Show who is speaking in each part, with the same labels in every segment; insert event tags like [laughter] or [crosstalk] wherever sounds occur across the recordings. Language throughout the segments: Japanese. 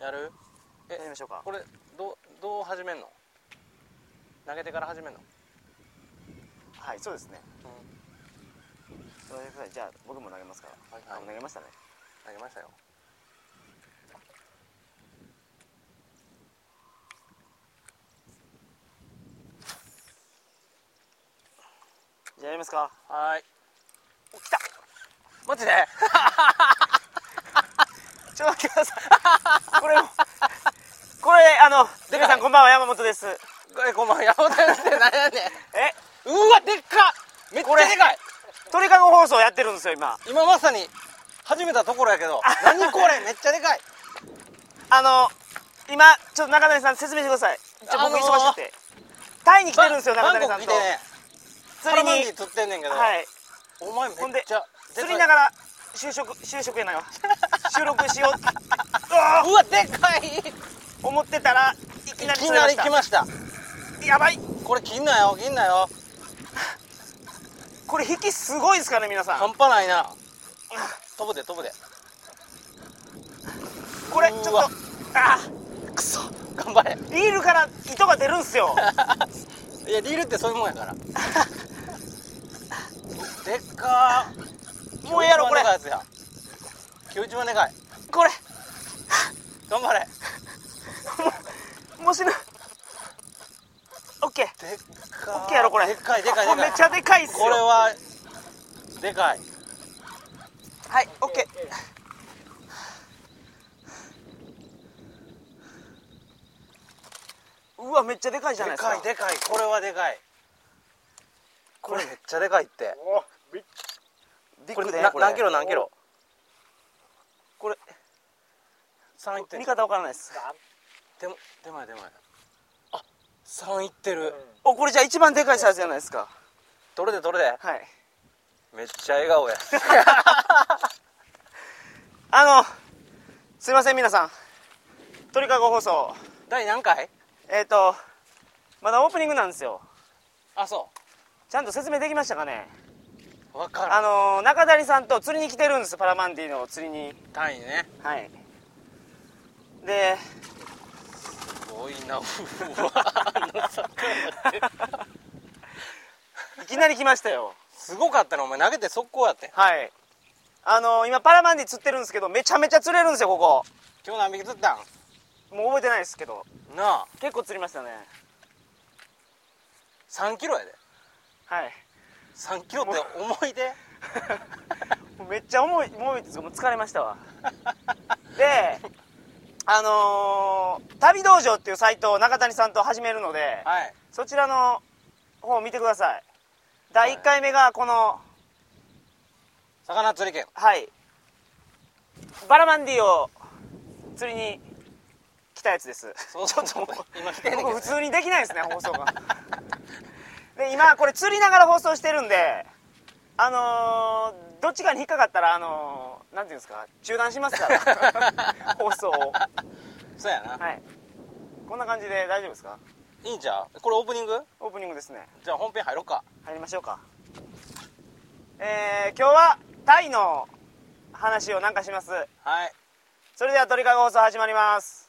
Speaker 1: やるえ
Speaker 2: やりましょうか
Speaker 1: これどうどう始めんの投げてから始めんの、
Speaker 2: はいそうですね
Speaker 1: うん、
Speaker 2: ごめんなさいじゃあ僕も投げますから、
Speaker 1: はいはい
Speaker 2: あ投げましたね
Speaker 1: 投げましたよ
Speaker 2: じゃあやりますか
Speaker 1: はーい
Speaker 2: お来た
Speaker 1: マジで
Speaker 2: ちょっと待ってくださいこれもこれあのデカさんこんばんは山本ですえ
Speaker 1: これこんばんは山本先生何やねんうわでっかめっち
Speaker 2: こ
Speaker 1: ゃ
Speaker 2: れ
Speaker 1: でかい
Speaker 2: 鳥かご放送やってるんですよ今
Speaker 1: 今まさに始めたところやけど何これめっちゃでかい
Speaker 2: あの今ちょっと中谷さん説明してくださいちょ
Speaker 1: あの
Speaker 2: 僕
Speaker 1: ー
Speaker 2: 忙しくてタイに来てるんですよ中
Speaker 1: バン
Speaker 2: 谷
Speaker 1: コ
Speaker 2: さ
Speaker 1: ク
Speaker 2: ん
Speaker 1: [laughs] 来てねカラマンディ
Speaker 2: と釣りに
Speaker 1: 釣ってんねんけど、
Speaker 2: はい
Speaker 1: お前め
Speaker 2: ほんで
Speaker 1: っちゃで
Speaker 2: 釣
Speaker 1: かい
Speaker 2: りながら就職就職
Speaker 1: [laughs]
Speaker 2: やないわ収録しよううわ
Speaker 1: うわでかい
Speaker 2: ー思ってたらいきなり
Speaker 1: いき
Speaker 2: 釣れ
Speaker 1: な
Speaker 2: ま
Speaker 1: り
Speaker 2: した
Speaker 1: 来ました
Speaker 2: やばい
Speaker 1: これ切んなよ切んなよ
Speaker 2: これ引きすごいですからね皆さん
Speaker 1: 半端ないな飛ぶで飛ぶで
Speaker 2: これちょっ
Speaker 1: う
Speaker 2: と
Speaker 1: わ
Speaker 2: あ
Speaker 1: くそ頑張れ
Speaker 2: ーリールから糸が出るん
Speaker 1: [laughs]
Speaker 2: すよ
Speaker 1: いやリールってそういうもんや [laughs] からでっかー
Speaker 2: もうええやろこれ
Speaker 1: 91番でかいやつや91番でかい
Speaker 2: これ
Speaker 1: 頑張れ
Speaker 2: もう死ぬオッケー
Speaker 1: でっかー
Speaker 2: オッケーやろこれ
Speaker 1: でっかいでかいでかい
Speaker 2: めっちゃでかいっすよ
Speaker 1: これはでかい
Speaker 2: はいオッケーうわめっちゃでかいじゃない
Speaker 1: で
Speaker 2: で
Speaker 1: か
Speaker 2: すか
Speaker 1: いでかいこれはでかいこれめっちゃでかいって
Speaker 2: ビ
Speaker 1: こ
Speaker 2: ッ
Speaker 1: れ
Speaker 2: グだ
Speaker 1: な
Speaker 2: よこれ
Speaker 1: 何キロ何キロこれ3いって
Speaker 2: 見
Speaker 1: る
Speaker 2: 方わからないです
Speaker 1: 手も手前手前あ三3いってる、
Speaker 2: おこれじゃあ一番でかいサイズじゃないですか
Speaker 1: どれでどれで
Speaker 2: はい
Speaker 1: めっちゃ笑顔や
Speaker 2: あのすいません皆さん鳥かご放送
Speaker 1: [laughs] 第何回
Speaker 2: えっ、とまだオープニングなんですよ
Speaker 1: あそ
Speaker 2: ちゃんと説明できましたかね
Speaker 1: う分か
Speaker 2: あ
Speaker 1: る
Speaker 2: の中谷さんと釣りに来てるんですパラマンディの釣りに
Speaker 1: 単位ね
Speaker 2: はいで [laughs]
Speaker 1: すごいなうわ
Speaker 2: いきなり来ましたよ
Speaker 1: すごかったなお前投げて速攻やってん
Speaker 2: はいあの今パラマンディ釣ってるんですけどめちゃめちゃ釣れるんですよここ
Speaker 1: 今日何匹釣ったん
Speaker 2: もう覚えてないですけど
Speaker 1: なあ
Speaker 2: 結構釣りましたね
Speaker 1: 3キロやで
Speaker 2: はい
Speaker 1: 3キロって重いで
Speaker 2: もうめっちゃ重い重いですもう疲れましたわ [laughs] であのー旅道場っていうサイトを中谷さんと始めるので、
Speaker 1: はい
Speaker 2: そちらの方を見てください第1回目がこの
Speaker 1: 魚釣り券
Speaker 2: はいバラマンディを釣りに来たやつです
Speaker 1: そうそうそう今来てんねんけ
Speaker 2: 僕
Speaker 1: ど
Speaker 2: 普通にできないですね放送がで今これ釣りながら放送してるんであのーどっちかに引っかかったらあのーなんていうんですか中断しますから放送を
Speaker 1: そうやな
Speaker 2: はいこんな感じで大丈夫ですか
Speaker 1: いいんちゃうこれオープニング
Speaker 2: オープニングですね
Speaker 1: じゃあ本編入ろうか
Speaker 2: 入りましょうかえー、今日はタイの話をなんかします
Speaker 1: はい
Speaker 2: それでは鳥かご放送始まります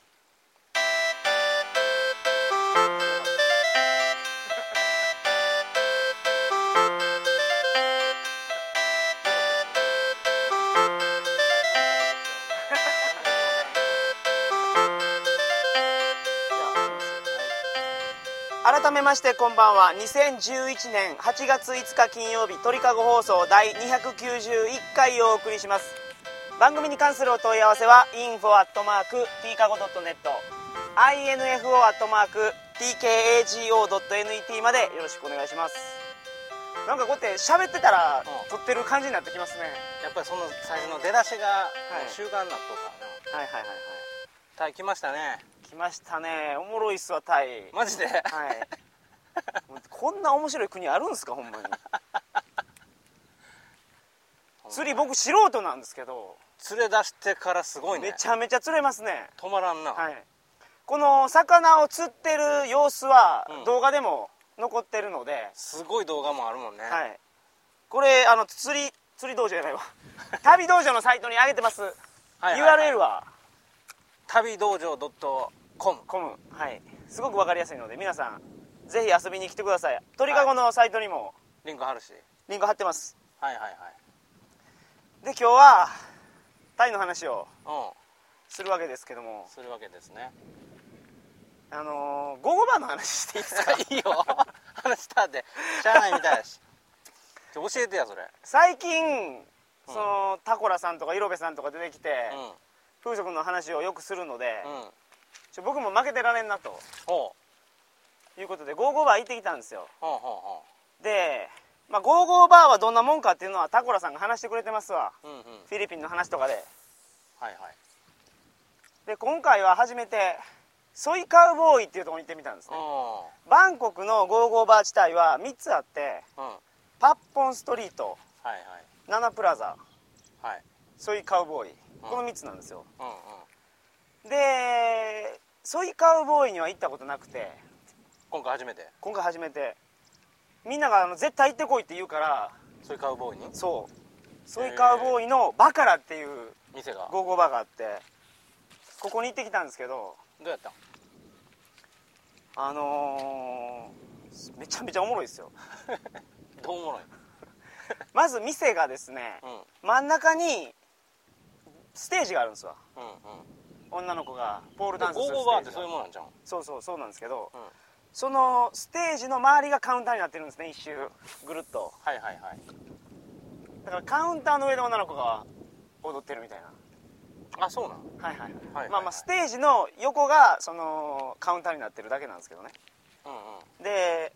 Speaker 2: 改めましてこんばんは2011年8月5日金曜日鳥かご放送第291回をお送りします番組に関するお問い合わせは info at mark tkago.net info at mark tkago.net までよろしくお願いしますなんかこうやって喋ってたら
Speaker 1: うん
Speaker 2: 撮ってる感じになってきますね
Speaker 1: やっぱりその最初の出だしが
Speaker 2: い
Speaker 1: もう習慣になっとったからな
Speaker 2: はいはいはいはい
Speaker 1: タイ来ましたね
Speaker 2: 来ましたねおもろいっすわタイ
Speaker 1: マジで、
Speaker 2: はいもうこんな面白い国あるんすかほんまに釣り僕素人なんですけど
Speaker 1: 連れ出してからすごいね
Speaker 2: めちゃめちゃ釣れますね
Speaker 1: 止まらんな、
Speaker 2: はい、この魚を釣ってる様子は
Speaker 1: うん
Speaker 2: 動画でも残ってるので、
Speaker 1: すごい動画もあるもんね、
Speaker 2: はい、これあの釣り釣り道場じゃないわ旅道場のサイトに上げてます、
Speaker 1: はいはいはい
Speaker 2: URL は
Speaker 1: 旅道場 .com
Speaker 2: コムはいすごくわかりやすいので皆さんぜひ遊びに来てください鳥かごのサイトにも
Speaker 1: リンク貼るし
Speaker 2: リンク貼ってます
Speaker 1: はいはいはい
Speaker 2: で今日はタイの話を
Speaker 1: う
Speaker 2: するわけですけども
Speaker 1: んするわけですね
Speaker 2: あのー、午後バーの話していいです
Speaker 1: [laughs]
Speaker 2: か
Speaker 1: [laughs] いいよ話したってしゃあないみたいやしちょ教えてやそれ
Speaker 2: 最近そのタコラさんとかイロベさんとか出てきて、
Speaker 1: う
Speaker 2: 風俗の話をよくするので、
Speaker 1: んうん
Speaker 2: ちょ僕も負けてられんなと
Speaker 1: ほう
Speaker 2: いうことでゴーゴーバー行ってきたんですよ
Speaker 1: ほうほ
Speaker 2: で、まあ、ゴーゴーバーはどんなもんかっていうのはタコラさんが話してくれてますわ
Speaker 1: うほううんうん
Speaker 2: フィリピンの話とかで
Speaker 1: はいはい
Speaker 2: で今回は初めてソイカウボーイっていうところに行ってみたんですね
Speaker 1: う
Speaker 2: バンコクのゴーゴーバー地帯は3つあって
Speaker 1: んうんはい
Speaker 2: パッポンストリート
Speaker 1: はい
Speaker 2: ナナプラザ
Speaker 1: はい
Speaker 2: ソイカウボーイこの3つなんですよ
Speaker 1: うんうん
Speaker 2: でソイカウボーイには行ったことなくて
Speaker 1: 今回初めて
Speaker 2: 今回初めてみんながあの絶対行ってこいって言うから
Speaker 1: そういうカウボーイに
Speaker 2: そうソイカウボーイのバカラっていう
Speaker 1: 店がど
Speaker 2: ゴーゴーバーがあってここに行ってきたんですけど
Speaker 1: うやったん
Speaker 2: あのーめちゃめちゃおもろいですよ
Speaker 1: どうおもろい
Speaker 2: まず店がですね
Speaker 1: うん
Speaker 2: 真ん中にステージがあるんですわ
Speaker 1: うんうん
Speaker 2: 女の子がポールダンス
Speaker 1: ゴー
Speaker 2: するステ
Speaker 1: ゴーバーっ
Speaker 2: ー
Speaker 1: て
Speaker 2: ジ
Speaker 1: そういう
Speaker 2: が
Speaker 1: もんなんじゃん
Speaker 2: そうそうそうなんですけど、
Speaker 1: うん
Speaker 2: そのステージの周りがカウンターになってるんですね一周ぐるっと
Speaker 1: はいはいはい
Speaker 2: だからカウンターの上で女の子が踊ってるみたいな
Speaker 1: あそうなん
Speaker 2: はいは
Speaker 1: は
Speaker 2: い
Speaker 1: い
Speaker 2: は
Speaker 1: はいい
Speaker 2: まあまあステージの横がそのカウンターになってるだけなんですけどね
Speaker 1: うんうん
Speaker 2: で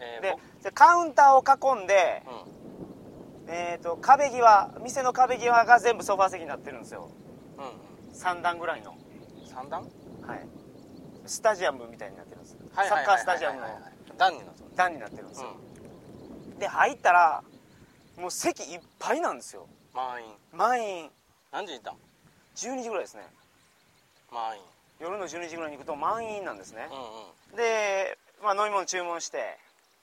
Speaker 1: えー
Speaker 2: ででカウンターを囲んで、
Speaker 1: ぼうん
Speaker 2: えー、と壁際店の壁際が全部ソファー席になってるんですよ
Speaker 1: うん
Speaker 2: 3段ぐらいの
Speaker 1: うん三段
Speaker 2: はいスタジアムみたいになってるんです
Speaker 1: はい
Speaker 2: サ
Speaker 1: はい
Speaker 2: ッ
Speaker 1: はい
Speaker 2: カースタジアムの
Speaker 1: はいはいはい段になってる
Speaker 2: 段になってるんです
Speaker 1: う
Speaker 2: よ、
Speaker 1: ん
Speaker 2: で入ったらもう席いっぱいなんですよ
Speaker 1: 満員
Speaker 2: 満員
Speaker 1: 何時に行ったん
Speaker 2: 12時ぐらいですね
Speaker 1: 満員
Speaker 2: 夜の12時ぐらいに行くと満員なんですね
Speaker 1: う、んうん
Speaker 2: で、まあ、飲み物注文して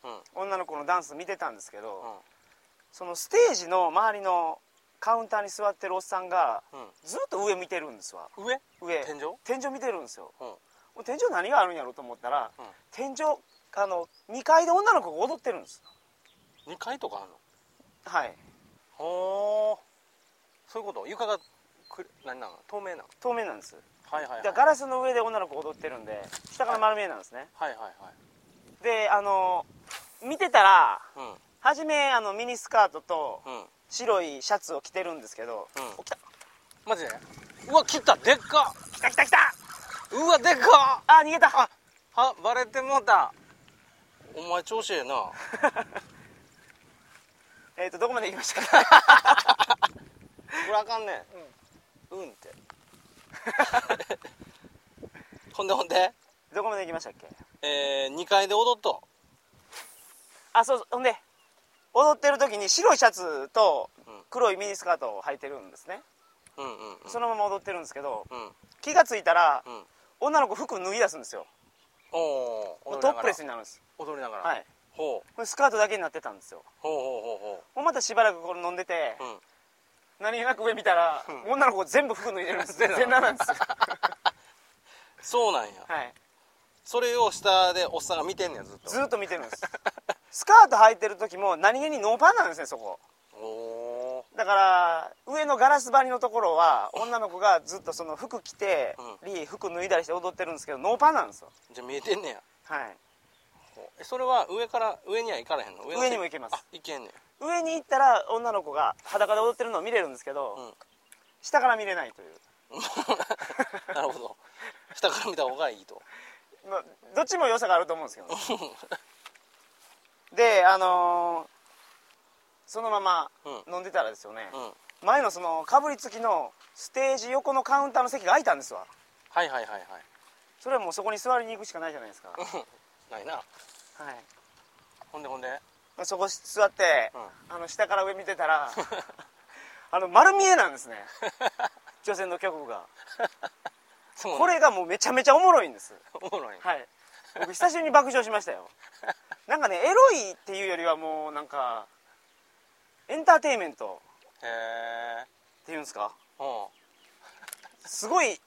Speaker 1: うん
Speaker 2: 女の子のダンス見てたんですけど、
Speaker 1: うん
Speaker 2: そのステージの周りのカウンターに座ってるおっさんが
Speaker 1: う
Speaker 2: ずっと上見てるんですわ
Speaker 1: ん上
Speaker 2: 上
Speaker 1: 天井
Speaker 2: 天井見てるんですよ
Speaker 1: うん
Speaker 2: もう天井何があるんやろうと思ったら、
Speaker 1: うん
Speaker 2: 天井あの2階で女の子が踊ってるんです
Speaker 1: 二階とかあるの
Speaker 2: はい
Speaker 1: ほーそういうこと床がくる何なの透明なの
Speaker 2: 透明なんです
Speaker 1: はいはいはい
Speaker 2: でガラスの上で女の子踊ってるんで下から丸見えなんですね、
Speaker 1: はいはいはい
Speaker 2: であの見てたら
Speaker 1: うん
Speaker 2: 初めあのミニスカートと
Speaker 1: うん
Speaker 2: 白いシャツを着てるんですけど、
Speaker 1: うん
Speaker 2: お来た
Speaker 1: マジでうわ切ったでっか
Speaker 2: 来た来た来た
Speaker 1: うわでっか
Speaker 2: あ逃げた
Speaker 1: あはバレてもうたお前調子ええな
Speaker 2: えっ、とどこまで行きましたか
Speaker 1: これあかんねうんうんって [laughs] ほんでほんで
Speaker 2: どこまで行きましたっけ
Speaker 1: えー、2階で踊っと
Speaker 2: あそうそうほんで踊ってる時に白いシャツと
Speaker 1: うん
Speaker 2: 黒いミニスカートを履いてるんですね、
Speaker 1: うんうんうん
Speaker 2: そのまま踊ってるんですけど
Speaker 1: うん
Speaker 2: 気がついたら
Speaker 1: うん
Speaker 2: 女の子服脱ぎ出すんですよ
Speaker 1: おお
Speaker 2: もうトップレスになるんです
Speaker 1: 踊りながら、
Speaker 2: はい
Speaker 1: ほう
Speaker 2: これスカートだけになってたんですよ
Speaker 1: ほうほうほ
Speaker 2: もうまたしばらくこれ飲んでて、
Speaker 1: うほううん
Speaker 2: 何気なく上見たら、
Speaker 1: うん
Speaker 2: 女の子全部服脱いでるんです全裸なんですよ
Speaker 1: そうなんや [laughs]
Speaker 2: はい
Speaker 1: それを下でおっさんが見てんねやずっと
Speaker 2: ずーっと見てるんですスカート履いてる時も何気にノーパンなんですねそこ
Speaker 1: おー
Speaker 2: だから上のガラス張りのところは女の子がずっとその服着て、り服脱いだりして踊ってるんですけどノーパンなんですよ
Speaker 1: じゃあ見えてんねや
Speaker 2: はい
Speaker 1: ほうえそれは上から上には行かれへんのの
Speaker 2: 上にも行けます
Speaker 1: あ行けんねや
Speaker 2: 上に行ったら女の子が裸で踊ってるのを見れるんですけど、
Speaker 1: うん [laughs]
Speaker 2: 下から見れないという、
Speaker 1: なるほど下から見た方がいいと
Speaker 2: まあ、どっちも良さがあると思うんですけ
Speaker 1: [laughs]
Speaker 2: どねであのーそのまま
Speaker 1: う
Speaker 2: 飲んでたらですよね、
Speaker 1: うんはい
Speaker 2: 前のそのかぶりつきのステージ横のカウンターの席が空いたんですわ
Speaker 1: はいはいはい
Speaker 2: それはもうそこに座りに行くしかないじゃないですか、
Speaker 1: うんないな
Speaker 2: はい
Speaker 1: ほんでほんで
Speaker 2: まあ、そこ座って、
Speaker 1: う
Speaker 2: あの下から上見てた [laughs] らあの丸見えなん [laughs] ですね女性の曲が
Speaker 1: そうなん
Speaker 2: これがもうめちゃめちゃおもろいんです
Speaker 1: おもろい
Speaker 2: はい僕久しぶりに爆笑しましたよなんかねエロいっていうよりはもうなんかエンターテインメント
Speaker 1: へえ
Speaker 2: っていうんですか
Speaker 1: うん
Speaker 2: すごい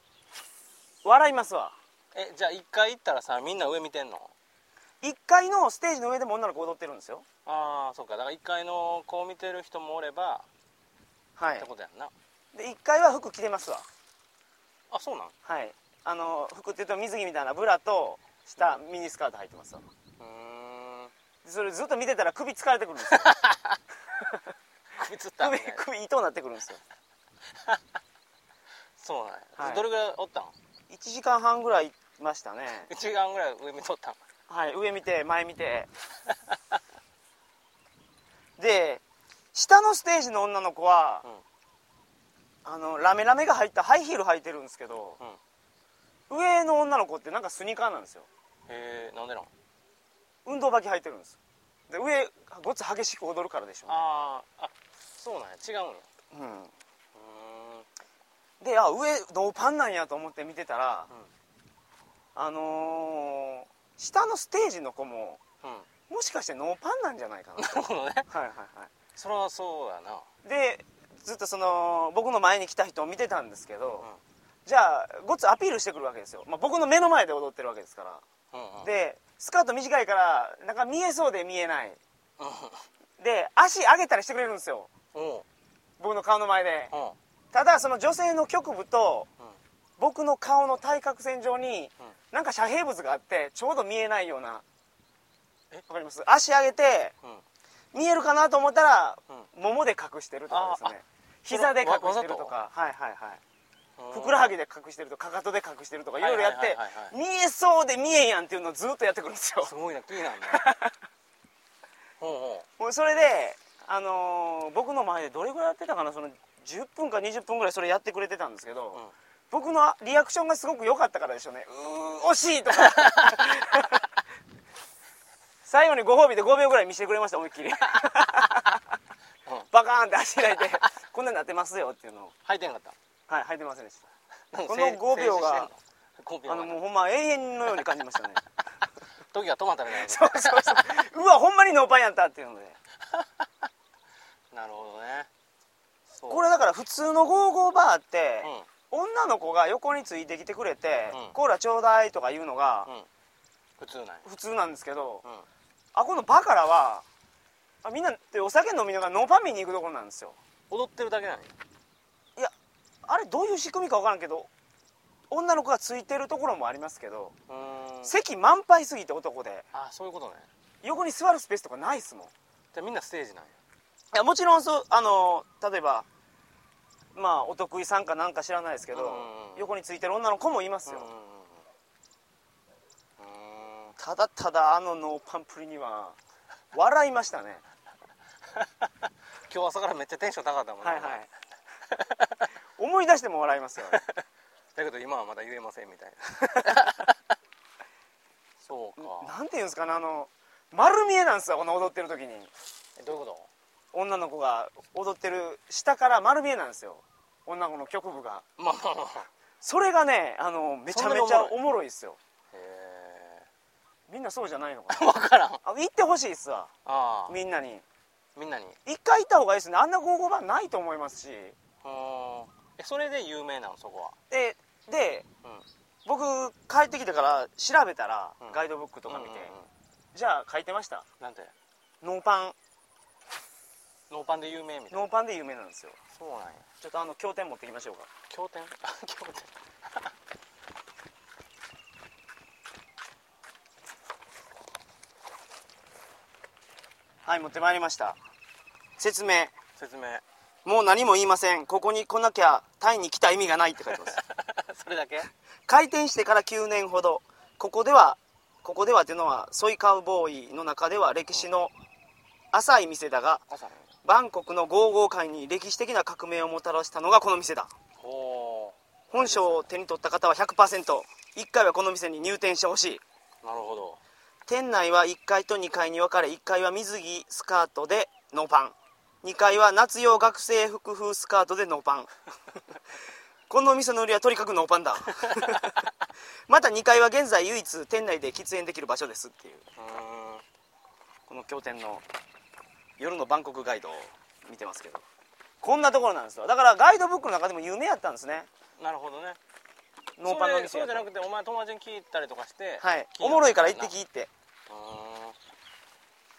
Speaker 2: 笑いますわ
Speaker 1: えじゃあ一回行ったらさみんな上見てんの
Speaker 2: 1階のステージの上でも女の子踊ってるんですよ
Speaker 1: ああそうかだから一階のこう見てる人もおれば
Speaker 2: は
Speaker 1: って
Speaker 2: い
Speaker 1: ことやんな
Speaker 2: で1階は服着てますわ
Speaker 1: あそうなん
Speaker 2: はいあの服っていうと水着みたいなブラと下ミニスカート入ってますわ
Speaker 1: うーん
Speaker 2: でそれずっと見てたら首疲れてくるんですよ
Speaker 1: 首つったん
Speaker 2: 首
Speaker 1: ね
Speaker 2: 首糸になってくるんですよ
Speaker 1: そうなんや、
Speaker 2: はい
Speaker 1: どれぐらいおったん
Speaker 2: 1時間半ぐらいいましたね
Speaker 1: 1時間ぐらい上見とったん
Speaker 2: はい上見て前見てで下のステージの女の子は、
Speaker 1: うん
Speaker 2: あのラメラメが入ったハイヒール履いてるんですけど、上の女の子ってなんかスニーカーなんですよ
Speaker 1: へえなんでなん
Speaker 2: 運動履き履いてるんですで上ごっつ激しく踊るからでしょ
Speaker 1: あーあそうなんや違うんや
Speaker 2: う、ねうん、
Speaker 1: うーん
Speaker 2: であ上ノーパンなんやと思って見てたら、
Speaker 1: うん
Speaker 2: あのー下のステージの子も
Speaker 1: うん
Speaker 2: もしかしてノーパンなんじゃないかな
Speaker 1: なるほどね
Speaker 2: はいはいは
Speaker 1: それはそうやない
Speaker 2: でずっとその僕の前に来た人を見てたんですけど、
Speaker 1: うん
Speaker 2: じゃあごっつアピールしてくるわけですよ、まあ、僕の目の前で踊ってるわけですから、
Speaker 1: うんうん
Speaker 2: でスカート短いからなんか見えそうで見えない
Speaker 1: うん
Speaker 2: で足上げたりしてくれるんですよ
Speaker 1: おう
Speaker 2: 僕の顔の前で
Speaker 1: うん
Speaker 2: ただその女性の局部と
Speaker 1: うん
Speaker 2: 僕の顔の対角線上に
Speaker 1: うん
Speaker 2: なんか遮蔽物があってちょうど見えないようなわ
Speaker 1: え
Speaker 2: かります足上げて
Speaker 1: うん
Speaker 2: 見えるかなと思ったら
Speaker 1: う
Speaker 2: 桃で隠してるとかですね膝で隠してるとかはいはいはいふくらはぎで隠してるとかかとで隠してるとかいろいろやっ
Speaker 1: はい
Speaker 2: て
Speaker 1: はいはいはい
Speaker 2: 見えそうで見えんやんっていうのをずっとやってくるんですよ
Speaker 1: すごいな気に
Speaker 2: [laughs]
Speaker 1: なるねほ
Speaker 2: もうそれであのー僕の前でどれぐらいやってたかなその10分か20分ぐらいそれやってくれてたんですけど、
Speaker 1: うん
Speaker 2: 僕のリアクションがすごく良かったからでしょうねうー惜しいとか [laughs] 最後にご褒美で5秒ぐらい見せてくれました思いっきりバカーンって足開いてこんなになってますよっていうのを
Speaker 1: う入ってんかった
Speaker 2: はい入ってませんでし
Speaker 1: こ
Speaker 2: この5秒が
Speaker 1: 5
Speaker 2: た
Speaker 1: 秒
Speaker 2: あ
Speaker 1: が
Speaker 2: のもうほんま永遠のように感じましたね
Speaker 1: 時が止まったみたい
Speaker 2: そうそうそううわほんまにノーパンやったっていうので
Speaker 1: ななるほどねそう
Speaker 2: これだから普通のゴーゴーバーって、
Speaker 1: うん
Speaker 2: 女の子が横についてきてくれて、
Speaker 1: うん
Speaker 2: コーラちょうだいとか言うのが
Speaker 1: うん普通なんや
Speaker 2: 普通なんですけど、
Speaker 1: うん
Speaker 2: あこのバカラはあみんなってお酒飲みながらノーパン見に行くところなんですよ
Speaker 1: 踊ってるだけなんや
Speaker 2: あれどういう仕組みか分からんけど女の子がついてるところもありますけど、
Speaker 1: うーん
Speaker 2: 席満杯すぎて男で
Speaker 1: あそういうことね
Speaker 2: 横に座るスペースとかないっすもんい
Speaker 1: じゃあみんなステージなんや
Speaker 2: やもちろんそうあの例えばまあお得意さんかなんか知らないですけど、
Speaker 1: うん
Speaker 2: 横についてる女の子もいます
Speaker 1: うん
Speaker 2: よ、
Speaker 1: うんうんうんうーん
Speaker 2: ただただあのノーパンプリには笑いましたね
Speaker 1: 今日朝からめっちゃテンション高かったもんね
Speaker 2: はいはい [laughs] 思い出しても笑いますよあ
Speaker 1: だ
Speaker 2: れ
Speaker 1: けど今はまだ言えませんみたいな [laughs] そうか
Speaker 2: なんていうんですかねあの丸見えなんですよこの踊ってる時に
Speaker 1: えどういうこ
Speaker 2: 女の子が踊ってる下から丸見えなんですよ女の子の局部が
Speaker 1: とまあまあまあ
Speaker 2: それがねあのめちゃめちゃおもろいですよ
Speaker 1: へ
Speaker 2: みんなそうじゃないの
Speaker 1: [laughs]
Speaker 2: か
Speaker 1: え分からんあ
Speaker 2: なあ行ってほしいっすわ
Speaker 1: あ
Speaker 2: みんなに
Speaker 1: みんなにう
Speaker 2: 一回行った方がいいですねあんな55番ないと思いますし
Speaker 1: ーんえそれで有名なのそこ
Speaker 2: でで
Speaker 1: はうん
Speaker 2: 僕帰ってきてから調べたら、
Speaker 1: うん
Speaker 2: ガイドブックとか見て、
Speaker 1: うんうんうん
Speaker 2: じゃあ書いてました
Speaker 1: なんて
Speaker 2: ノーパン
Speaker 1: ノーパンで有名みたいな
Speaker 2: ノーパンで有名なんですよ
Speaker 1: そうなんや
Speaker 2: ちょっとあの経典持ってきましょうか
Speaker 1: 経典 [laughs] 経典
Speaker 2: はい持ってまいりました説明
Speaker 1: 説明 [laughs]
Speaker 2: もう何も言いませんここに来なきゃタイに来た意味がないって書いてます
Speaker 1: それだけ
Speaker 2: 開店してから9年ほどここではここではっていうのはソイカウボーイの中では歴史の浅い店だが
Speaker 1: 朝ね
Speaker 2: バンコクのゴーゴー界に歴史的な革命をもたらしたのがこの店だ
Speaker 1: ほ
Speaker 2: 本賞を手に取った方は100%一回はこの店に入店してほしいう
Speaker 1: なるほど
Speaker 2: 店内は1階と2階に分かれ1階は水着スカートでノーパン2階は夏用学生服風スカートでノーパン [laughs] このお店の売りはとにかくノーパンだ [laughs] また2階は現在唯一店内で喫煙できる場所ですっていう
Speaker 1: うーん
Speaker 2: この経典の夜のバンコクガイドを見てますけどこんなところなんですよだからガイドブックの中でも有名やったんですね
Speaker 1: なるほどね
Speaker 2: ノーパンの店
Speaker 1: そう
Speaker 2: や
Speaker 1: じ
Speaker 2: と
Speaker 1: ゃなくてお前友達に聞いたりとかして
Speaker 2: はいおもろいから行ってき
Speaker 1: い
Speaker 2: いって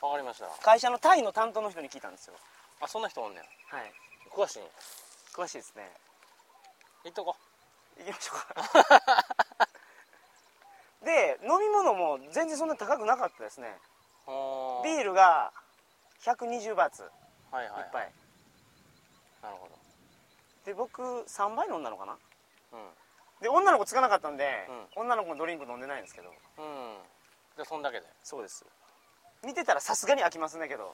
Speaker 1: わかりました
Speaker 2: 会社のタイの担当の人に聞いたんですよ
Speaker 1: あそんな人おんねん
Speaker 2: はい
Speaker 1: 詳しいんや
Speaker 2: 詳しいですね
Speaker 1: 行っとこ
Speaker 2: 行きましょうか [laughs] で飲み物も全然そんな高くなかったですね
Speaker 1: う
Speaker 2: ビ
Speaker 1: ー
Speaker 2: ールが120バーツ
Speaker 1: はいはい
Speaker 2: 一杯、
Speaker 1: なるほ
Speaker 2: で僕3杯飲んだのかな
Speaker 1: ど
Speaker 2: で女の子つかなかったんで、女の子のドリンク飲んでないんですけど
Speaker 1: うんうんじゃあそんだけで
Speaker 2: そうです見てたらさすがに飽きますねけど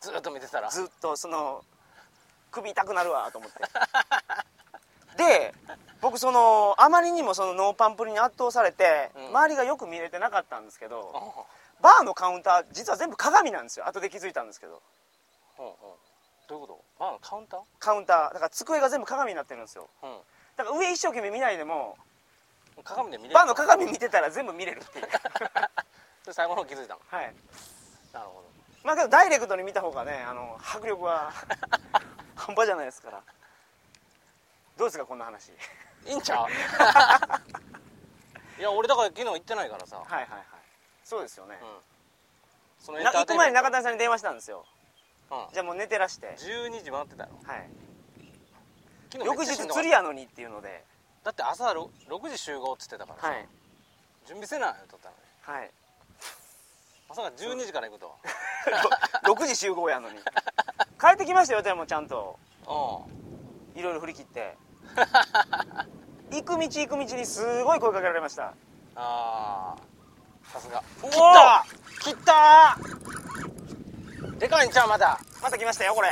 Speaker 1: ずっと見てたら
Speaker 2: ずっとその首痛くなるわと思ってで僕そのあまりにもそのノーパンプリに圧倒されて、
Speaker 1: うん
Speaker 2: 周りがよく見れてなかったんですけど、
Speaker 1: うんうん
Speaker 2: バーのカウンター実は全部鏡なんですよ後で気づいたんですけど
Speaker 1: うんどういうことバーのカウンター
Speaker 2: カウンターだから机が全部鏡になってるんですよ
Speaker 1: う
Speaker 2: だから上一生懸命見ないでも
Speaker 1: ん鏡で見れる
Speaker 2: バーの鏡見てたら全部見れるっていう
Speaker 1: それ最後の方気づいたの
Speaker 2: はい
Speaker 1: なるほど
Speaker 2: まあけどダイレクトに見た方がねあの迫力は [laughs] 半端じゃないですからどうですかこんな話
Speaker 1: いいんちゃう
Speaker 2: [laughs]
Speaker 1: いや俺だから昨日行ってないからさ、
Speaker 2: はいはいはいそうですよね
Speaker 1: うん、その
Speaker 2: な行く前に
Speaker 1: なか
Speaker 2: 中谷さんに電話したんですよ
Speaker 1: うん
Speaker 2: じゃあもう寝てらして
Speaker 1: 12時回ってたよ
Speaker 2: はい
Speaker 1: 昨
Speaker 2: 翌
Speaker 1: めっち
Speaker 2: 日
Speaker 1: ゃしんどかった
Speaker 2: 釣りやのにっていうので
Speaker 1: だって朝 6, 時集合っつってたからさ、
Speaker 2: はい
Speaker 1: 準備せなよとったのに
Speaker 2: はい
Speaker 1: まさか12時から行くとは
Speaker 2: 6時集合やのに帰ってきましたよでもちゃんと
Speaker 1: う
Speaker 2: いろいろ振り切って [laughs] 行く道行く道にすごい声かけられました
Speaker 1: んああさすが
Speaker 2: お
Speaker 1: お
Speaker 2: お
Speaker 1: 切ったーでかいんちゃうまた
Speaker 2: また来ましたよこれ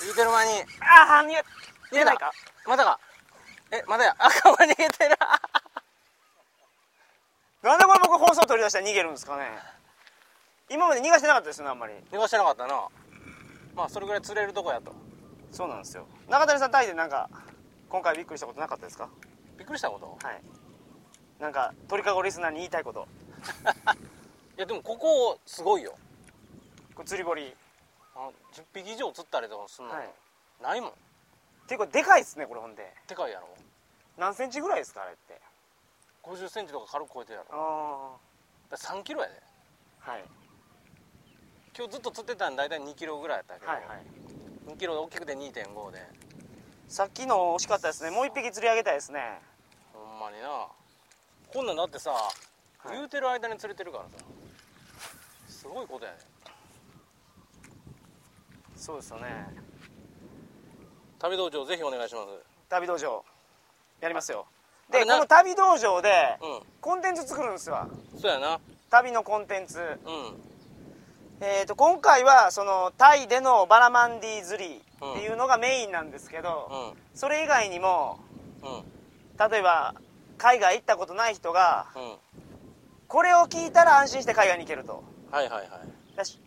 Speaker 1: 言うてる間に
Speaker 2: ああ逃げ逃げないか
Speaker 1: またかえまたや赤は逃げてる
Speaker 2: なんでこれ僕放送取り出したら逃げるんですかね今まで逃がしてなかったですよねあんまり
Speaker 1: 逃がしてなかったなまあそれぐらい釣れるとこやと
Speaker 2: そうなんですよ中谷さんタイでなんか今回びっくりしたことなかったですか
Speaker 1: びっくりしたこと
Speaker 2: はいなんか鳥かごリスナーに言いたいこと
Speaker 1: いやでもここすごいよ
Speaker 2: これ釣り堀
Speaker 1: あ10匹以上釣ったりとかすんの、
Speaker 2: はい
Speaker 1: ないもん
Speaker 2: ていうかでかいっすねこれほんで
Speaker 1: でかいやろ
Speaker 2: 何センチぐらいですかあれって
Speaker 1: 5 0ンチとか軽く超えてるやろだか
Speaker 2: あ
Speaker 1: ら3キロやで
Speaker 2: あはい
Speaker 1: 今日ずっと釣ってたん大体2キロぐらいやったけど、
Speaker 2: はいはい
Speaker 1: 2キロで大きくて2.5で
Speaker 2: さっきの惜しかったですねもう一匹釣り上げたいですね
Speaker 1: ほんまになこんなんだってさ、
Speaker 2: い
Speaker 1: 言うてる間に釣れてるからさすごいことやね
Speaker 2: そうですよね
Speaker 1: 旅道場ぜひお願いします
Speaker 2: 旅道場やりますよ
Speaker 1: あ
Speaker 2: で
Speaker 1: れ
Speaker 2: こ
Speaker 1: な
Speaker 2: の旅道場で
Speaker 1: う
Speaker 2: コンテンツ作るんですわ
Speaker 1: んそうやな
Speaker 2: 旅のコンテンツ
Speaker 1: うん
Speaker 2: えー、と今回はそのタイでのバラマンディ釣りっていうのがメインなんですけど、それ以外にも
Speaker 1: うん
Speaker 2: 例えば海外行ったことない人が
Speaker 1: うんうん
Speaker 2: これを聞いたら安心して海外に行けると
Speaker 1: はいはいはい
Speaker 2: だし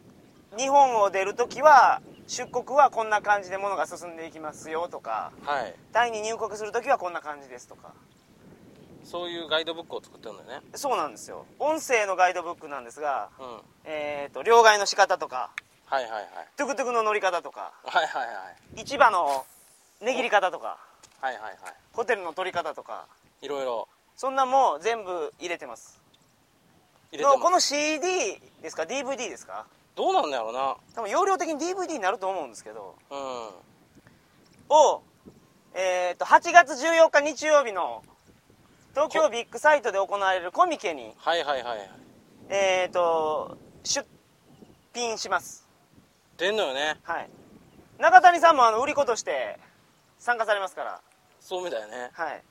Speaker 2: 日本を出るときは出国はこんな感じで物が進んでいきますよとか
Speaker 1: はい
Speaker 2: タイに入国するときはこんな感じですとか
Speaker 1: そういうガイドブックを作ってるんだよね
Speaker 2: そうなんですよ音声のガイドブックなんですが、
Speaker 1: うん
Speaker 2: えー、と両替の仕方とか
Speaker 1: はいはいはい
Speaker 2: トゥクトゥクの乗り方とか
Speaker 1: はいはいはい
Speaker 2: 市場の値切り方とか
Speaker 1: はいはいは
Speaker 2: ホテルの取り方とか
Speaker 1: いいろいろ
Speaker 2: そんなんも全部入れてます
Speaker 1: 入れて
Speaker 2: のこ
Speaker 1: も
Speaker 2: の CD ですか DVD ですか
Speaker 1: どうなんだろうな
Speaker 2: 多分容量的に DVD になると思うんですけど
Speaker 1: うん
Speaker 2: を、えー、と8月14日日曜日の東京ビッグサイトで行われるコミケに、
Speaker 1: はいはいはいはい
Speaker 2: えー、と出品します
Speaker 1: 出んのよね
Speaker 2: はい中谷さんもあの売り子として参加されますから
Speaker 1: そうみたいね
Speaker 2: はい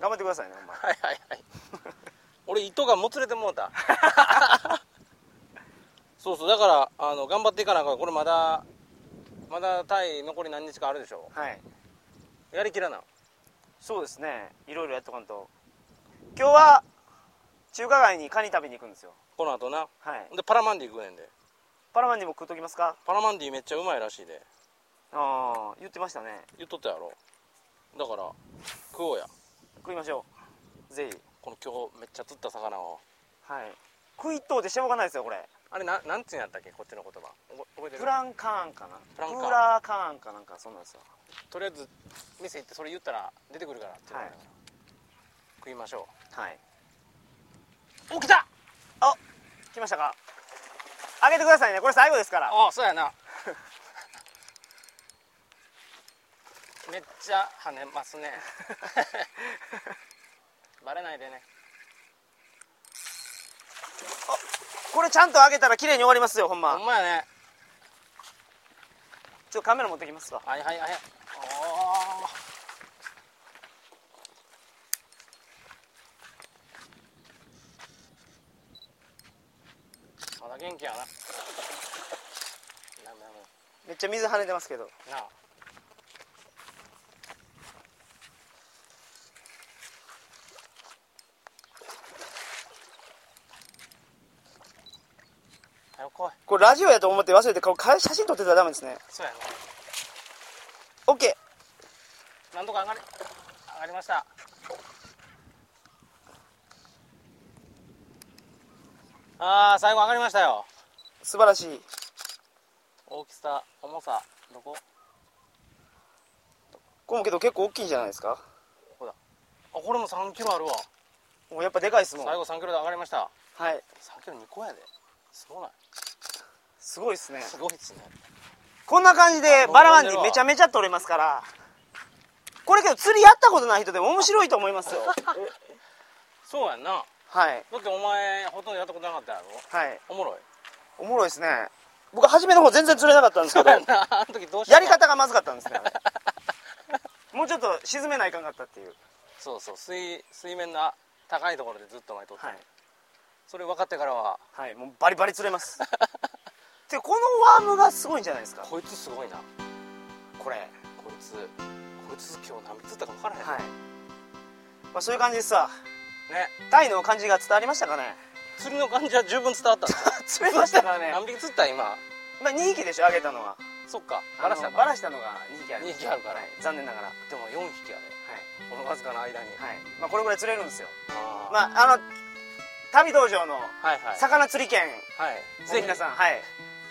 Speaker 2: 頑張ってくださいねほんま
Speaker 1: はいはいはい [laughs] 俺糸がもつれてもうた [laughs] そうそうだからあの頑張っていかなあかんこれまだまだタイ残り何日かあるでしょ
Speaker 2: はい
Speaker 1: やりきらな
Speaker 2: そうですねいろいろやっとかんと今日は中華街にカニ食べに行くんですよ
Speaker 1: この後な
Speaker 2: はい
Speaker 1: でパラマンディ行くねんで
Speaker 2: パラマンディも食っときますか
Speaker 1: パラマンディめっちゃうまいらしいで
Speaker 2: ああ言ってましたね
Speaker 1: 言っとったやろだから食おうや
Speaker 2: 食いましょうぜひ
Speaker 1: この今日めっちゃ釣った魚を
Speaker 2: はい食いとうてしょうがないですよこれ
Speaker 1: あれななんつうんやったっけこっちの言葉覚覚えてる
Speaker 2: プランカーンかな
Speaker 1: プランカーン
Speaker 2: ラーカーンかなんかそうなんですよ
Speaker 1: とりあえず店行ってそれ言ったら出てくるからって言うから
Speaker 2: はい
Speaker 1: 食いましょ
Speaker 2: はい。
Speaker 1: うお来た
Speaker 2: あ、来ましたか。あげてくださいね。これ最後ですから。
Speaker 1: ああそうやな [laughs] めっちゃ跳ねますね [laughs] バレないでね
Speaker 2: これちゃんとあげたら綺麗に終わりますよ。ほんま。
Speaker 1: ほんまやね
Speaker 2: ちょっとカメラ持ってきますわ。
Speaker 1: はいはいはいおーまだ元気やななむな
Speaker 2: めっちゃ水跳ねてますけど。
Speaker 1: むなあはよ来い
Speaker 2: これラジオやと思って忘れてこれか写真撮ってたらダメですね。
Speaker 1: そうやな
Speaker 2: OK。
Speaker 1: なんとか上がり上がりましたあー最後上がりましたよ
Speaker 2: 素晴らしい。
Speaker 1: 大きさ重さどこ
Speaker 2: これもけど結構大きいんじゃないですか。
Speaker 1: あこれも3キロあるわ
Speaker 2: もうやっぱでかいですも
Speaker 1: 最
Speaker 2: ん。
Speaker 1: 後3キロで上がりました
Speaker 2: はい。
Speaker 1: 3キロ2個やですごない
Speaker 2: すごいですね。
Speaker 1: すごいっすね
Speaker 2: こんな感じでバラマンディめちゃめちゃ取れますからこれけど釣りやったことない人でも面白いと思いま
Speaker 1: [laughs]
Speaker 2: すよ
Speaker 1: そうやんな
Speaker 2: はい
Speaker 1: だってお前ほとんどやったことなかったやろ
Speaker 2: はい
Speaker 1: おもろい
Speaker 2: おもろいですね僕初めの方全然釣れなかったんです
Speaker 1: [laughs]
Speaker 2: けど
Speaker 1: なあの時どうした
Speaker 2: やり方がまずかったんですねあれもうちょっと沈めないかんかったっていう
Speaker 1: そうそう水水面の高いところでずっとお前撮って、
Speaker 2: はい、
Speaker 1: それ分かってからは
Speaker 2: はい、もうバリバリ釣れます
Speaker 1: [laughs]
Speaker 2: てかこのワームがすごいんじゃないですか
Speaker 1: こいつすごいな
Speaker 2: これはい、
Speaker 1: こいつこいつ今日何つったか分からへん
Speaker 2: まあ、そういう感じでさ
Speaker 1: ね
Speaker 2: タイの感じが伝わりましたかね
Speaker 1: 釣りの感じは十分伝わったんですよ
Speaker 2: 釣れましたからね、
Speaker 1: 何匹釣った今
Speaker 2: [laughs] まあ、2匹でしょあげたのは
Speaker 1: そっか
Speaker 2: バ
Speaker 1: バ
Speaker 2: ラ
Speaker 1: ラ
Speaker 2: し
Speaker 1: したた
Speaker 2: バラしたのが2匹ある
Speaker 1: 2匹あるから
Speaker 2: はい残念ながらは
Speaker 1: でも4匹あれこのわずかな間に、
Speaker 2: い、はいまあ、これぐらい釣れるんですよ
Speaker 1: あー
Speaker 2: まああの旅道場の
Speaker 1: はいはい
Speaker 2: 魚釣り券、
Speaker 1: はい
Speaker 2: ぜひ皆さんはい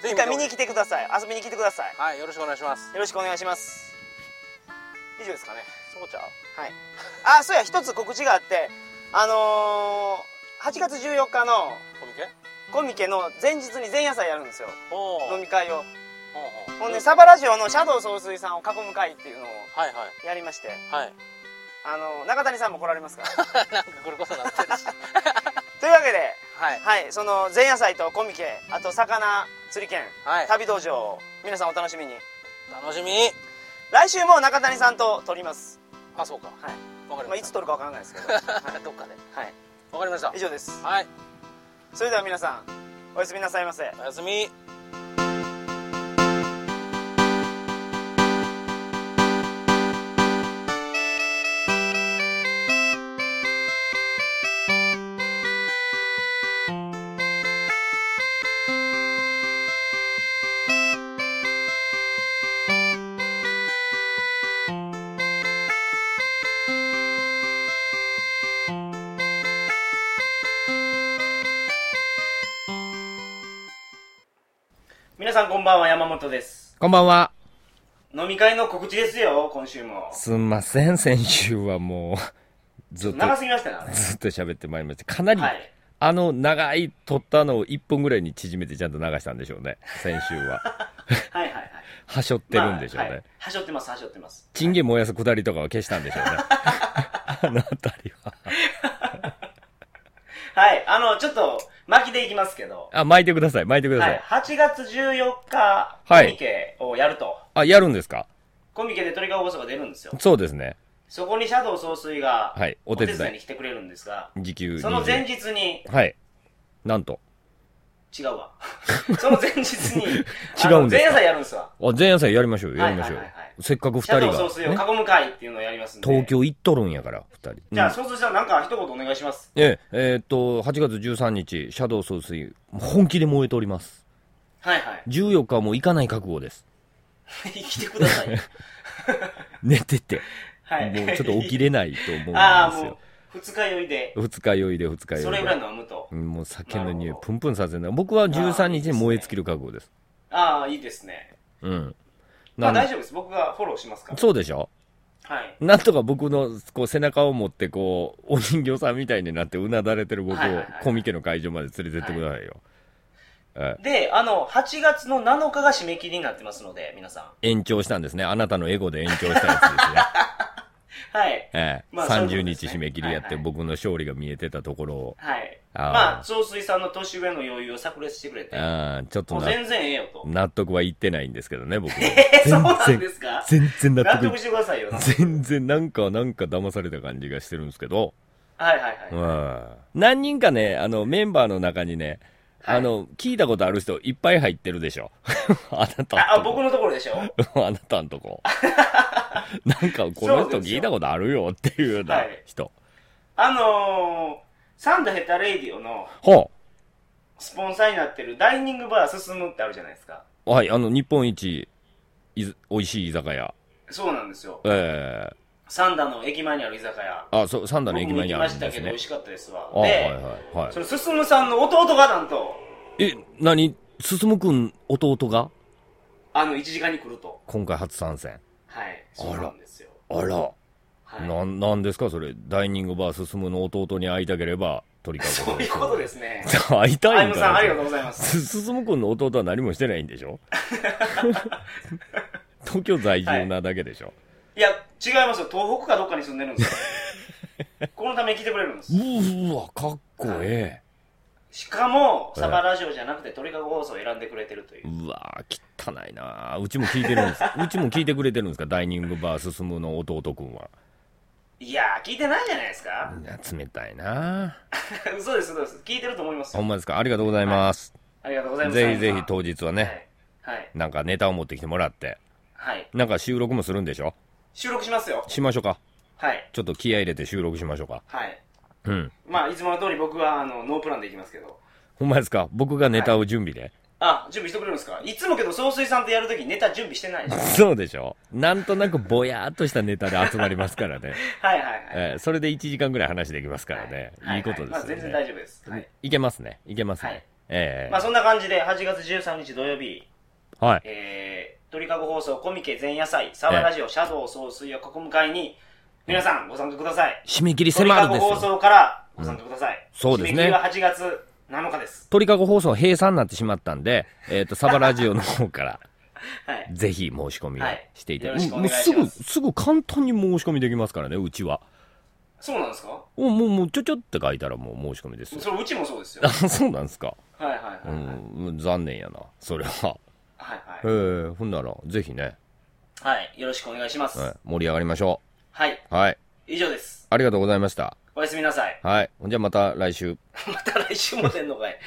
Speaker 1: ぜ
Speaker 2: 一
Speaker 1: ひ
Speaker 2: 回見に来てください遊びに来てください
Speaker 1: はいよろしくお願いします
Speaker 2: よろしくお願いします以上ですかね
Speaker 1: そうちゃう
Speaker 2: はいあそうや一つ告知があってあのー、8月14日の
Speaker 1: コミケ
Speaker 2: コミケの前日に前夜祭やるんですよ
Speaker 1: おー
Speaker 2: 飲み会を
Speaker 1: おー
Speaker 2: ほんで
Speaker 1: は
Speaker 2: サバラジオのシャドウ総帥さんを囲む会っていうのを
Speaker 1: いはい
Speaker 2: やりまして
Speaker 1: はい
Speaker 2: あの中谷さんも来られます [laughs] から
Speaker 1: なんかこれこそなってるし
Speaker 2: というわけで、
Speaker 1: [laughs] はい
Speaker 2: はい、その前夜祭とコミケあと魚釣り券、
Speaker 1: はい
Speaker 2: 旅道場を皆さんお楽しみに
Speaker 1: 楽しみ
Speaker 2: 来週も中谷さんと撮ります、
Speaker 1: あそうか
Speaker 2: はい
Speaker 1: わかり
Speaker 2: まあ、
Speaker 1: ま
Speaker 2: いつ
Speaker 1: した
Speaker 2: 撮るかわからないですけ [laughs] ど、
Speaker 1: はい [laughs] どっかで
Speaker 2: はい、
Speaker 1: わかりました
Speaker 2: 以上です
Speaker 1: はい
Speaker 2: それでは皆さんおやすみなさいませ
Speaker 1: おやすみ
Speaker 2: 皆さんこんばんは山本です
Speaker 3: こんばんは。
Speaker 2: 飲み会の告知ですよ今週も
Speaker 3: すんません、先週はもう、ずっと、
Speaker 2: 長すぎましたねあれ
Speaker 3: ずっと喋ってまいりました。かなり、
Speaker 2: はい
Speaker 3: あの長い撮ったのを1分ぐらいに縮めてちゃんと流したんでしょうね。先週は。
Speaker 2: はいはいはい
Speaker 3: はしょってるんでしょうね。
Speaker 2: まあはいはしょってますはしょってます
Speaker 3: チンゲ燃やすくだりとかは消したんでしょうね。あのあたりは。
Speaker 2: はいあのちょっと巻きでいきますけど
Speaker 3: あ、巻いてください、巻いてください。
Speaker 2: はい、8月14日、
Speaker 3: はい
Speaker 2: コミケをやると、
Speaker 3: あ、やるんですか
Speaker 2: コミケで鳥川放送が出るんですよ。
Speaker 3: そうですね。
Speaker 2: そこにシャドウ総帥が、
Speaker 3: はい
Speaker 2: お
Speaker 3: お
Speaker 2: 手
Speaker 3: 手
Speaker 2: 伝
Speaker 3: 伝い
Speaker 2: いに来てくれるんですが、
Speaker 3: 時給
Speaker 2: その
Speaker 3: 20
Speaker 2: 前日に、
Speaker 3: はい。なんと。
Speaker 2: 違うわ。 [laughs] その前日
Speaker 3: [laughs]
Speaker 2: に、
Speaker 3: 違うんですか
Speaker 2: あの前夜祭やるんですわ。
Speaker 3: あ、前夜祭やりましょうよ、やりましょうよ。
Speaker 2: はいはいはい
Speaker 3: せっかく二
Speaker 2: シャドウ
Speaker 3: 人
Speaker 2: 総帥
Speaker 3: が、
Speaker 2: を
Speaker 3: ね、
Speaker 2: 囲む会っていうのをやりますんで。
Speaker 3: 東。京行っとるんやから、二人。
Speaker 2: じゃ
Speaker 3: う
Speaker 2: あ、
Speaker 3: ん
Speaker 2: 総帥さん、なんか一言お願いします。
Speaker 3: えええーっと、8月13日、シャドウ総帥、本気で燃えております。
Speaker 2: はいはい。 [laughs]
Speaker 3: 14日はもう行かない覚悟です。
Speaker 2: 来てくださ
Speaker 3: [laughs]
Speaker 2: いよ。
Speaker 3: 寝てて、
Speaker 2: はい。
Speaker 3: もうちょっと起きれないと思う
Speaker 2: [laughs]
Speaker 3: ん
Speaker 2: ああ、
Speaker 3: です
Speaker 2: も
Speaker 3: よ。
Speaker 2: う、二日酔いで、
Speaker 3: 二日酔いで二日酔いで。
Speaker 2: それぐらい飲むと
Speaker 3: う。んもう酒の
Speaker 2: なる
Speaker 3: 匂い
Speaker 2: ほど
Speaker 3: プンプンさせない。僕は13日に燃え尽きる覚悟です。
Speaker 2: ああ、いいですね。
Speaker 3: うん。
Speaker 2: まあ
Speaker 3: なん
Speaker 2: 大丈夫です。僕がフォローしますから。
Speaker 3: そうでしょ
Speaker 2: はい。
Speaker 3: なんとか僕のこう背中を持ってこうお人形さんみたいになってうなだれてる僕を
Speaker 2: はいはいはい
Speaker 3: コミケの会場まで連れてってくださいよ、え
Speaker 2: で、あの、8月の7日が締め切りになってますので、皆さ
Speaker 3: え延長したんですねあなたのエゴで延長したやつですね、
Speaker 2: ん。はい。
Speaker 3: ええ
Speaker 2: まあそういう
Speaker 3: 30
Speaker 2: ことです
Speaker 3: 日
Speaker 2: ね
Speaker 3: 締め切りやって
Speaker 2: はいはい
Speaker 3: 僕の勝利が見えてたところを、
Speaker 2: はい。
Speaker 3: あー
Speaker 2: まあ、総帥さんの年上の余裕を炸裂してくれて、
Speaker 3: うんちょっと
Speaker 2: もう
Speaker 3: な
Speaker 2: 全然ええよと。
Speaker 3: 納得はいってないんですけどね僕
Speaker 2: [laughs]
Speaker 3: は
Speaker 2: えー、そうなんですか
Speaker 3: 全然納
Speaker 2: 納
Speaker 3: 得い
Speaker 2: 得してくださいよ。はい
Speaker 3: 全然なんかなんか騙された感じがしてるんですけど
Speaker 2: はいはい。
Speaker 3: うん何人かね、あの、メンバーの中にね、
Speaker 2: はい
Speaker 3: あの、聞いたことある人いっぱい入ってるでしょ。 [laughs] あなた
Speaker 2: あ、あ
Speaker 3: んと
Speaker 2: 僕
Speaker 3: こ。
Speaker 2: のところでしょは
Speaker 3: [laughs] あなたんとこ。 [laughs] なんか、この人聞いたことあるよっていうような
Speaker 2: はい
Speaker 3: 人。
Speaker 2: あのー、サンダヘタレイディオの
Speaker 3: ほ
Speaker 2: スポンサーになってるダイニングバー進むってあるじゃないですか。
Speaker 3: う。はい、あの、日本一、いず美味しい居酒屋。
Speaker 2: そうなんですよ。
Speaker 3: え
Speaker 2: サンダの駅前にある居酒屋。
Speaker 3: えあ、そう、三段の
Speaker 2: 僕
Speaker 3: 駅
Speaker 2: も行
Speaker 3: 前に
Speaker 2: き
Speaker 3: あ
Speaker 2: ま
Speaker 3: る
Speaker 2: し
Speaker 3: ん
Speaker 2: た
Speaker 3: で
Speaker 2: け
Speaker 3: す
Speaker 2: ど美
Speaker 3: ね
Speaker 2: 味。しかったですわ。
Speaker 3: あ、はいはい
Speaker 2: で、
Speaker 3: はい。
Speaker 2: その進さんの弟がなんと、
Speaker 3: え、何進むくん弟が
Speaker 2: あの、1時間に来ると。
Speaker 3: 今回初参戦。
Speaker 2: はい。
Speaker 3: あ
Speaker 2: そ
Speaker 3: ら
Speaker 2: うなんですよ。
Speaker 3: あら。
Speaker 2: はい。
Speaker 3: なん、なんですかそれ。ダイニングバー進むの弟に会いたければ、鳥かご
Speaker 2: [laughs] そういうことです
Speaker 3: [laughs]
Speaker 2: ね。
Speaker 3: 会いた
Speaker 2: アイ
Speaker 3: いん
Speaker 2: ムさん、あ
Speaker 3: か
Speaker 2: りがとうご
Speaker 3: な
Speaker 2: ざいます。
Speaker 3: す、すすむくんの弟は何もしてないんで
Speaker 2: [laughs]
Speaker 3: しょ東京在住なだけでしょ、
Speaker 2: いや、違いますよ。東北かどっかに住んでるんです
Speaker 3: [laughs]
Speaker 2: よ。このために来てくれるんです。
Speaker 3: うーわ、かっこえ
Speaker 2: しかも、サバラジオじゃなくて鳥かご放送を選んでくれてるという
Speaker 3: え。。うわ汚いなあうちも聞いてるんです。うちも聞いてくれてるんですかダイニングバー進むの弟くんは。
Speaker 2: いやー、聞いてないじゃないですか。
Speaker 3: いや冷たいなあ
Speaker 2: [laughs] 嘘です、嘘です。聞いてると思います
Speaker 3: ほ
Speaker 2: よ
Speaker 3: ん。まですかありがとうございます。
Speaker 2: ありがとうございます。
Speaker 3: ぜひぜひ
Speaker 2: 当
Speaker 3: 当日はね、
Speaker 2: はい。
Speaker 3: なんかネタを持ってきてもらって、
Speaker 2: はい。
Speaker 3: なんか収録もするんでしょ
Speaker 2: 収録しますよ。
Speaker 3: しましょうか。
Speaker 2: はい。
Speaker 3: ちょっと気合い入れて収録しましょうか。
Speaker 2: はい。
Speaker 3: うん。
Speaker 2: まあ、いつもの通り僕は、あの、ノープランで行きますけど。
Speaker 3: ほんまですか僕がネタを準備で。
Speaker 2: あ、準備してくれるんですかいつもけど、総帥さんとやるときネタ準備してないでし
Speaker 3: [laughs]
Speaker 2: ょ
Speaker 3: そうでしょなんとなくぼやーっとしたネタで集まりますからね。
Speaker 2: はいはいはい。
Speaker 3: えーそれで1時間ぐらい話できますからね。
Speaker 2: はい
Speaker 3: いことで
Speaker 2: まあ、
Speaker 3: すよ
Speaker 2: 全然
Speaker 3: ね。
Speaker 2: 大丈夫です。はい。
Speaker 3: いけますね。いけます
Speaker 2: はい
Speaker 3: ね。え
Speaker 2: まあ、そんな感じで、8月13日土曜日、
Speaker 3: え。はい。
Speaker 2: えー、鳥かご放送コミケ前夜祭、サワラジオ、シャドウ総帥を囲む会に、皆さんご参加ください。
Speaker 3: 締め切り
Speaker 2: 鳥
Speaker 3: 迫
Speaker 2: か
Speaker 3: るん
Speaker 2: ご
Speaker 3: で
Speaker 2: 放
Speaker 3: すよ。
Speaker 2: 送からご参加ください。
Speaker 3: そうですね
Speaker 2: 締め切りは8月7日です。
Speaker 3: 鳥かご放送閉鎖になってしまったんで、えっ、と、サバラジオの方から、
Speaker 2: はい。
Speaker 3: ぜひ申し込みをしていただ
Speaker 2: はい
Speaker 3: て、
Speaker 2: よ
Speaker 3: もう
Speaker 2: ろ
Speaker 3: も
Speaker 2: しく
Speaker 3: うす
Speaker 2: お願い
Speaker 3: ぐ、
Speaker 2: します
Speaker 3: すぐ簡単に申し込みできますからね、うちは。
Speaker 2: そうなんですか
Speaker 3: もう、もう、もうちょちょって書いたらもう申し込みですよ。 [laughs]
Speaker 2: それ、うちもそうですよ。
Speaker 3: あ
Speaker 2: は、
Speaker 3: そうなんですか。
Speaker 2: いはいはい。
Speaker 3: う
Speaker 2: はい
Speaker 3: ん、残念やな、それは。
Speaker 2: はい
Speaker 3: え。え、ほんなら、ぜひね、
Speaker 2: はい。よろしくお願いします。
Speaker 3: はい盛り上がりましょ
Speaker 2: はい。
Speaker 3: う。はい。
Speaker 2: 以上です。
Speaker 3: ありがとうございました。
Speaker 2: おやすみなさい。
Speaker 3: はい。ほんじゃまた来週。
Speaker 2: また来週も出んのかい。